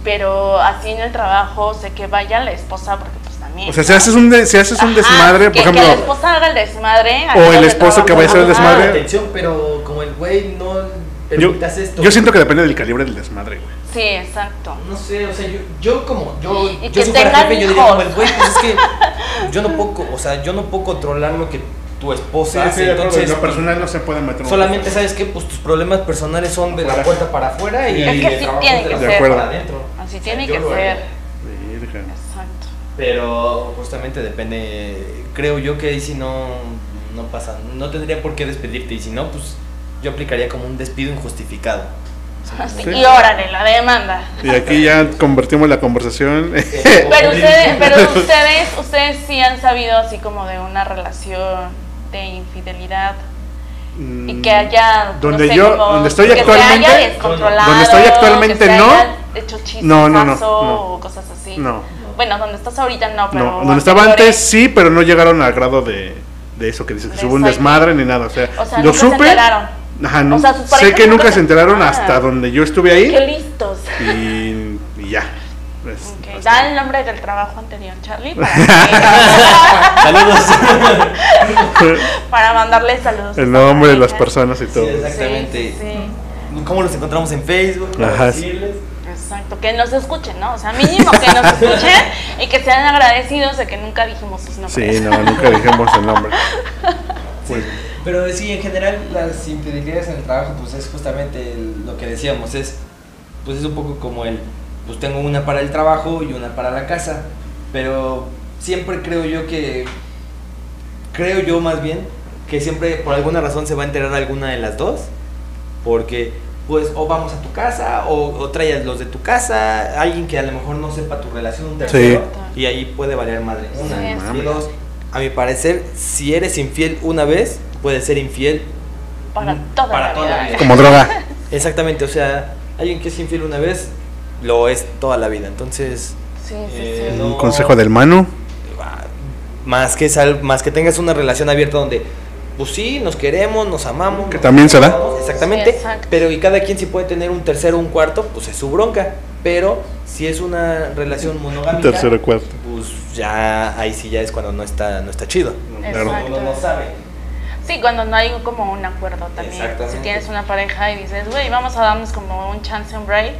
[SPEAKER 3] pero así en el trabajo, sé que vaya la esposa porque pues también.
[SPEAKER 1] O sea, si
[SPEAKER 3] ¿no?
[SPEAKER 1] haces un, de- si haces un
[SPEAKER 3] Ajá,
[SPEAKER 1] desmadre,
[SPEAKER 3] que-
[SPEAKER 1] por
[SPEAKER 3] Que la
[SPEAKER 1] ejemplo,
[SPEAKER 3] esposa haga el desmadre.
[SPEAKER 1] O
[SPEAKER 3] ahí
[SPEAKER 1] el
[SPEAKER 3] donde
[SPEAKER 1] esposo que vaya a hacer el
[SPEAKER 3] trabaja.
[SPEAKER 1] Pues, desmadre.
[SPEAKER 2] Atención, pero como el güey no
[SPEAKER 1] yo,
[SPEAKER 2] permitas esto.
[SPEAKER 1] yo siento que depende del calibre del desmadre, güey.
[SPEAKER 3] Ah, Sí, exacto.
[SPEAKER 2] No sé, o sea, yo, yo como, yo,
[SPEAKER 3] Y
[SPEAKER 2] yo
[SPEAKER 3] que
[SPEAKER 2] si fuera
[SPEAKER 3] tengan
[SPEAKER 2] jefe, yo diría
[SPEAKER 3] hijos.
[SPEAKER 2] como el güey, pues es
[SPEAKER 3] [LAUGHS]
[SPEAKER 2] que yo no puedo, co- o sea, yo no puedo controlar lo que tu esposa hace, entonces
[SPEAKER 1] personal no se puede meter.
[SPEAKER 2] solamente sabes que pues tus problemas personales son de la
[SPEAKER 1] Afuera.
[SPEAKER 2] puerta para afuera y
[SPEAKER 1] Es que
[SPEAKER 2] el
[SPEAKER 3] sí
[SPEAKER 2] trabajo
[SPEAKER 3] tiene
[SPEAKER 2] de
[SPEAKER 3] que
[SPEAKER 2] la
[SPEAKER 1] ser.
[SPEAKER 2] puerta
[SPEAKER 1] De acuerdo.
[SPEAKER 2] para adentro.
[SPEAKER 3] Así
[SPEAKER 2] O sea,
[SPEAKER 3] tiene
[SPEAKER 2] yo
[SPEAKER 3] que
[SPEAKER 2] lo
[SPEAKER 3] ser.
[SPEAKER 2] haría.
[SPEAKER 1] Virgen.
[SPEAKER 3] Exacto.
[SPEAKER 2] Pero justamente depende, creo yo que ahí si no, no pasa, no tendría por qué despedirte y si no, pues yo aplicaría como un despido
[SPEAKER 3] [LAUGHS]
[SPEAKER 2] injustificado. O sea,
[SPEAKER 3] Así,
[SPEAKER 1] Sí.
[SPEAKER 3] Y órale, la demanda.
[SPEAKER 1] Y aquí ya convertimos la conversación.
[SPEAKER 2] eh,
[SPEAKER 3] Pero
[SPEAKER 2] o- [LAUGHS]
[SPEAKER 3] ustedes, pero ustedes, ustedes sí han sabido así como de una relación de infidelidad y que haya no
[SPEAKER 1] Mm, Donde
[SPEAKER 3] sé,
[SPEAKER 1] yo-
[SPEAKER 3] como
[SPEAKER 1] donde estoy
[SPEAKER 3] que se haya
[SPEAKER 1] actualmente-
[SPEAKER 3] descontrolado,
[SPEAKER 1] Donde estoy actualmente,
[SPEAKER 3] que se
[SPEAKER 1] no.
[SPEAKER 3] haya hecho chistes
[SPEAKER 1] No, no, no, no.
[SPEAKER 3] o cosas así
[SPEAKER 1] No.
[SPEAKER 3] bueno donde estás ahorita no pero
[SPEAKER 1] No, donde estaba
[SPEAKER 3] anteriores-
[SPEAKER 1] antes sí, pero no llegaron al grado de, de eso que dices, que
[SPEAKER 3] De
[SPEAKER 1] hubo un
[SPEAKER 3] psycho.
[SPEAKER 1] desmadre ni nada. O sea,
[SPEAKER 3] o sea
[SPEAKER 1] lo
[SPEAKER 3] nunca
[SPEAKER 1] supe.
[SPEAKER 3] se enteraron
[SPEAKER 1] Ajá, no,
[SPEAKER 3] O sea, sus
[SPEAKER 1] sé
[SPEAKER 3] parejas
[SPEAKER 1] que nunca
[SPEAKER 3] nunca
[SPEAKER 1] se
[SPEAKER 3] se
[SPEAKER 1] enteraron
[SPEAKER 3] enteraron. Ah.
[SPEAKER 1] hasta donde yo estuve
[SPEAKER 3] qué
[SPEAKER 1] ahí
[SPEAKER 3] listos
[SPEAKER 1] y, y ya. pues, Es-
[SPEAKER 3] Ok,
[SPEAKER 1] hasta-
[SPEAKER 3] da el
[SPEAKER 1] [LAUGHS]
[SPEAKER 3] nombre del trabajo anterior Charlie para, que-
[SPEAKER 2] Saludos. [LAUGHS]
[SPEAKER 3] para mandarle saludos
[SPEAKER 1] el nombre de las
[SPEAKER 3] Sí,
[SPEAKER 1] personas y todo.
[SPEAKER 2] exacto. Exactamente.
[SPEAKER 3] sí, sí.
[SPEAKER 2] ¿Cómo los encontramos en Facebook? Para
[SPEAKER 1] Ajá.
[SPEAKER 2] decirles.
[SPEAKER 3] Exacto, que nos escuchen, ¿no? O sea, mínimo que nos escuchen y que sean agradecidos de que nunca dijimos sus nombres.
[SPEAKER 1] Sí, no, nunca dijimos el
[SPEAKER 3] [LAUGHS]
[SPEAKER 1] nombre. Pues,
[SPEAKER 2] Pero sí, en general las infidelidades en el trabajo pues es justamente el- lo que decíamos, es pues es un poco como el pues tengo una para el trabajo y una para la casa, pero siempre creo yo que creo yo más bien que siempre por alguna razón se va a enterar alguna de las dos, porque pues o vamos a tu casa o, o traes los de tu casa, alguien que a lo mejor no sepa tu relación un tercero y ahí puede valer madre. Una,
[SPEAKER 3] Sí,
[SPEAKER 1] es
[SPEAKER 2] y
[SPEAKER 1] cierto.
[SPEAKER 2] dos, a mi parecer, si eres infiel una vez, puedes ser infiel.
[SPEAKER 3] Para toda
[SPEAKER 2] Para
[SPEAKER 3] la
[SPEAKER 2] toda
[SPEAKER 3] vida.
[SPEAKER 2] la vida.
[SPEAKER 1] como droga.
[SPEAKER 2] Exactamente, o sea, alguien que es infiel una vez, lo es toda la vida. Entonces,
[SPEAKER 3] Sí, sí,
[SPEAKER 2] Eh,
[SPEAKER 3] sí.
[SPEAKER 1] Un
[SPEAKER 2] No.
[SPEAKER 1] consejo del Manu.
[SPEAKER 2] ah, más que, sal, más que tengas una relación abierta donde, pues sí, nos queremos, nos amamos.
[SPEAKER 1] Que
[SPEAKER 2] nos
[SPEAKER 1] también se da.
[SPEAKER 2] amamos, Exactamente.
[SPEAKER 3] Sí, exacto.
[SPEAKER 2] Pero y cada quien si puede tener un tercero, un cuarto, pues es su bronca. Pero si es una relación monogámica,
[SPEAKER 1] Tercero cuarto.
[SPEAKER 2] pues ya ahí sí ya es cuando no está, no está chido.
[SPEAKER 1] Claro.
[SPEAKER 3] Exacto.
[SPEAKER 2] Uno no sabe.
[SPEAKER 3] Sí, cuando no hay como un acuerdo también.
[SPEAKER 2] Exactamente.
[SPEAKER 3] Si tienes una pareja y dices, güey, vamos a darnos como un chance, un break,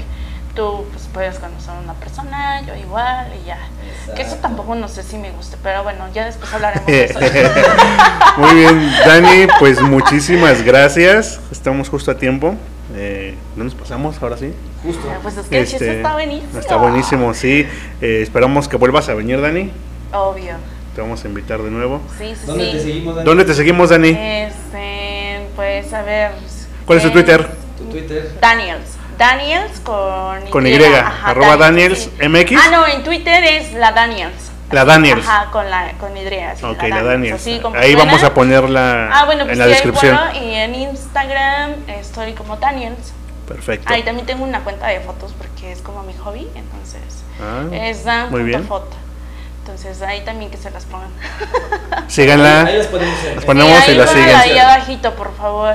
[SPEAKER 3] tú pues puedes conocer a una persona, yo igual y ya. Que eso tampoco no sé si me guste, pero bueno, ya después hablaremos
[SPEAKER 2] [LAUGHS]
[SPEAKER 3] de eso.
[SPEAKER 1] [LAUGHS] Muy bien, Dani, pues muchísimas gracias. Estamos justo a tiempo. Eh, no nos pasamos, ahora sí.
[SPEAKER 2] Justo.
[SPEAKER 3] pues es que el chiste
[SPEAKER 1] Este,
[SPEAKER 3] está buenísimo.
[SPEAKER 1] Está buenísimo, sí. Eh, esperamos que vuelvas a venir, Dani.
[SPEAKER 3] Obvio.
[SPEAKER 1] Te vamos a invitar de nuevo.
[SPEAKER 3] Sí, sí,
[SPEAKER 2] ¿Dónde
[SPEAKER 3] sí. Eh,
[SPEAKER 2] te seguimos, Dani?
[SPEAKER 1] ¿Dónde te seguimos, Dani?
[SPEAKER 3] Este, pues a ver.
[SPEAKER 1] ¿Cuál es tu
[SPEAKER 3] eh,
[SPEAKER 1] Twitter?
[SPEAKER 2] Tu Twitter.
[SPEAKER 3] Daniels. Daniels con
[SPEAKER 1] Con Y,
[SPEAKER 3] ajá,
[SPEAKER 1] arroba Daniels
[SPEAKER 3] sí.
[SPEAKER 1] MX.
[SPEAKER 3] Ah, no, en Twitter es la Daniels.
[SPEAKER 1] La Daniels.
[SPEAKER 3] Ajá, con la con Y. así,
[SPEAKER 1] ok, la Daniels.
[SPEAKER 3] así como
[SPEAKER 1] Ahí
[SPEAKER 3] suena.
[SPEAKER 1] vamos a ponerla
[SPEAKER 3] Ah, bueno, pues
[SPEAKER 1] en la
[SPEAKER 3] sí, ahí
[SPEAKER 1] descripción.
[SPEAKER 3] pongo, y en Instagram estoy como Daniels.
[SPEAKER 1] Perfecto.
[SPEAKER 3] Ahí también tengo una cuenta de fotos porque es como mi hobby, entonces
[SPEAKER 1] Ah,
[SPEAKER 3] es dan
[SPEAKER 1] muy
[SPEAKER 3] punto
[SPEAKER 1] bien.
[SPEAKER 3] foto. Entonces ahí también que se las pongan. [LAUGHS]
[SPEAKER 1] Síganla.
[SPEAKER 2] Ahí las ponemos en-
[SPEAKER 1] Las ponemos
[SPEAKER 3] Sí, ahí
[SPEAKER 1] y la
[SPEAKER 3] pónganla
[SPEAKER 1] siguen.
[SPEAKER 3] Ahí abajito, por favor.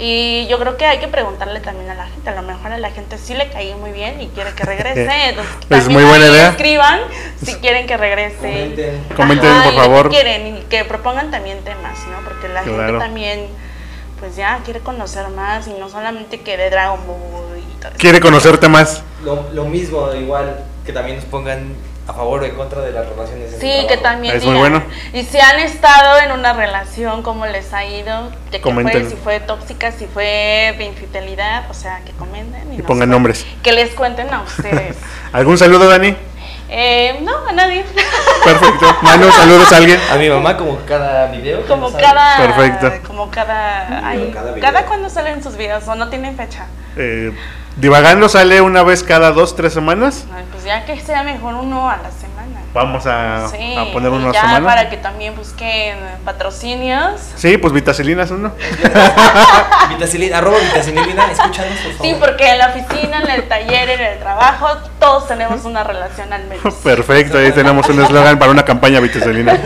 [SPEAKER 3] Y yo creo que hay que preguntarle también a la gente. A lo mejor a la gente sí le caí muy bien y quiere
[SPEAKER 1] [LAUGHS]
[SPEAKER 3] que regrese. Entonces,
[SPEAKER 1] Es
[SPEAKER 3] también
[SPEAKER 1] muy buena
[SPEAKER 3] ahí
[SPEAKER 1] idea.
[SPEAKER 3] Escriban si quieren que regrese.
[SPEAKER 2] Comenten.
[SPEAKER 1] Comenten,
[SPEAKER 3] Ajá,
[SPEAKER 1] por
[SPEAKER 3] y de qué
[SPEAKER 1] favor.
[SPEAKER 3] Quieren y que propongan también temas, ¿no? Porque la
[SPEAKER 1] Claro.
[SPEAKER 3] gente también, pues ya quiere conocer más y no solamente que de Dragon Ball y todo eso.
[SPEAKER 1] Quiere conocerte más.
[SPEAKER 2] Lo, lo mismo, igual, que también nos pongan a favor o en contra de las relaciones. en
[SPEAKER 3] Sí,
[SPEAKER 2] el
[SPEAKER 3] que
[SPEAKER 2] trabajo.
[SPEAKER 3] también
[SPEAKER 1] Es muy
[SPEAKER 3] digan.
[SPEAKER 1] bueno.
[SPEAKER 3] Y si han estado en una relación, cómo les ha ido, de qué fue,
[SPEAKER 1] Comenten.
[SPEAKER 3] si fue tóxica, si fue de infidelidad, o sea, que comenten.
[SPEAKER 1] Y
[SPEAKER 3] nos
[SPEAKER 1] pongan
[SPEAKER 3] cuen-
[SPEAKER 1] nombres.
[SPEAKER 3] Que les cuenten a
[SPEAKER 1] [LAUGHS]
[SPEAKER 3] ustedes.
[SPEAKER 1] ¿Algún saludo, Dani?
[SPEAKER 3] Eh, no, a nadie. [LAUGHS]
[SPEAKER 1] Perfecto. Manu, saludos a alguien.
[SPEAKER 2] A mi mamá, como cada video. que
[SPEAKER 3] Como
[SPEAKER 2] nos sale.
[SPEAKER 3] cada,
[SPEAKER 1] Perfecto.
[SPEAKER 3] como cada, ay,
[SPEAKER 2] cada video.
[SPEAKER 3] cada cuando salen sus videos o no tienen fecha.
[SPEAKER 1] Eh, divagando sale una vez cada dos, tres semanas.
[SPEAKER 3] Ay, Pues ya que sea mejor uno a la semana.
[SPEAKER 1] Vamos a,
[SPEAKER 3] sí,
[SPEAKER 1] Ah, a poner
[SPEAKER 3] y
[SPEAKER 1] uno a
[SPEAKER 3] ya
[SPEAKER 1] semana.
[SPEAKER 3] para que también busquen patrocinios.
[SPEAKER 1] Sí, pues vitacilinas uno.
[SPEAKER 2] Vitacilina, arroba Vitacilina, escúchanos, por favor.
[SPEAKER 3] Sí, porque en la oficina, en el taller, en el trabajo, todos tenemos una relación al
[SPEAKER 1] [LAUGHS]
[SPEAKER 3] menos.
[SPEAKER 1] [LAUGHS] Perfecto, ahí tenemos un eslogan para una campaña vitacilina.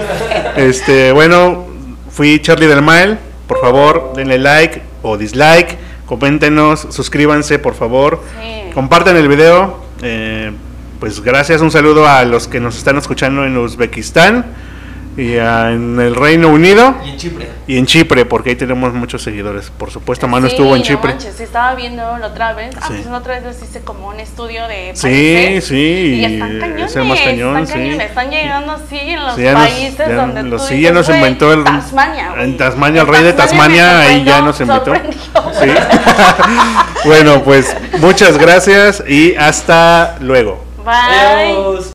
[SPEAKER 1] Este, bueno, fui Charlie del Mal. Por favor, denle like o dislike. Coméntenos, suscríbanse, por favor.
[SPEAKER 3] Sí.
[SPEAKER 1] Compartan el video. eh, pues gracias, un saludo a los que nos están escuchando en Uzbekistán y a- en el Reino Unido
[SPEAKER 2] Y en Chipre.
[SPEAKER 1] y en Chipre, porque ahí tenemos muchos seguidores. Por supuesto, Manu
[SPEAKER 3] Sí,
[SPEAKER 1] estuvo en
[SPEAKER 3] no
[SPEAKER 1] Chipre.
[SPEAKER 3] manches, sí, estaba viendo la otra vez. Ah,
[SPEAKER 1] Sí.
[SPEAKER 3] pues la otra vez les hice como un estudio de.
[SPEAKER 1] Sí,
[SPEAKER 3] países,
[SPEAKER 1] sí,
[SPEAKER 3] Y
[SPEAKER 1] y
[SPEAKER 3] están cañones.
[SPEAKER 1] es el más cañón,
[SPEAKER 3] están,
[SPEAKER 1] sí.
[SPEAKER 3] cañones, están llegando así en los
[SPEAKER 1] Sí, ya nos-
[SPEAKER 3] países
[SPEAKER 1] ya
[SPEAKER 3] donde.
[SPEAKER 1] los-
[SPEAKER 3] tú
[SPEAKER 1] sí,
[SPEAKER 3] dices,
[SPEAKER 1] ya nos
[SPEAKER 3] "Güey,
[SPEAKER 1] inventó el-
[SPEAKER 3] Tasmania. güey".
[SPEAKER 1] en Tasmania, el rey de Tasmania,
[SPEAKER 3] me
[SPEAKER 1] ahí ya nos inventó.
[SPEAKER 3] sorprendió,
[SPEAKER 1] Sí. [LAUGHS]
[SPEAKER 3] sorprendió.
[SPEAKER 1] bueno, pues muchas gracias y hasta luego.
[SPEAKER 3] [LAUGHS] Bye.
[SPEAKER 2] Adiós.